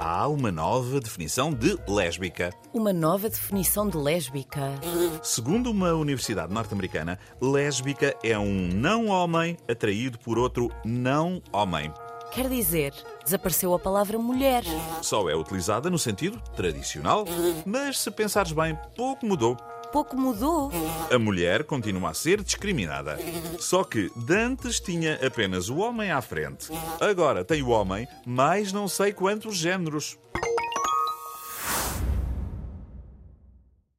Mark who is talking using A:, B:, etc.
A: Há uma nova definição de lésbica.
B: Uma nova definição de lésbica.
A: Segundo uma universidade norte-americana, lésbica é um não-homem atraído por outro não-homem.
B: Quer dizer, desapareceu a palavra mulher.
A: Só é utilizada no sentido tradicional, mas se pensares bem, pouco mudou.
B: Pouco mudou.
A: A mulher continua a ser discriminada. Só que dantes tinha apenas o homem à frente. Agora tem o homem, mais não sei quantos géneros.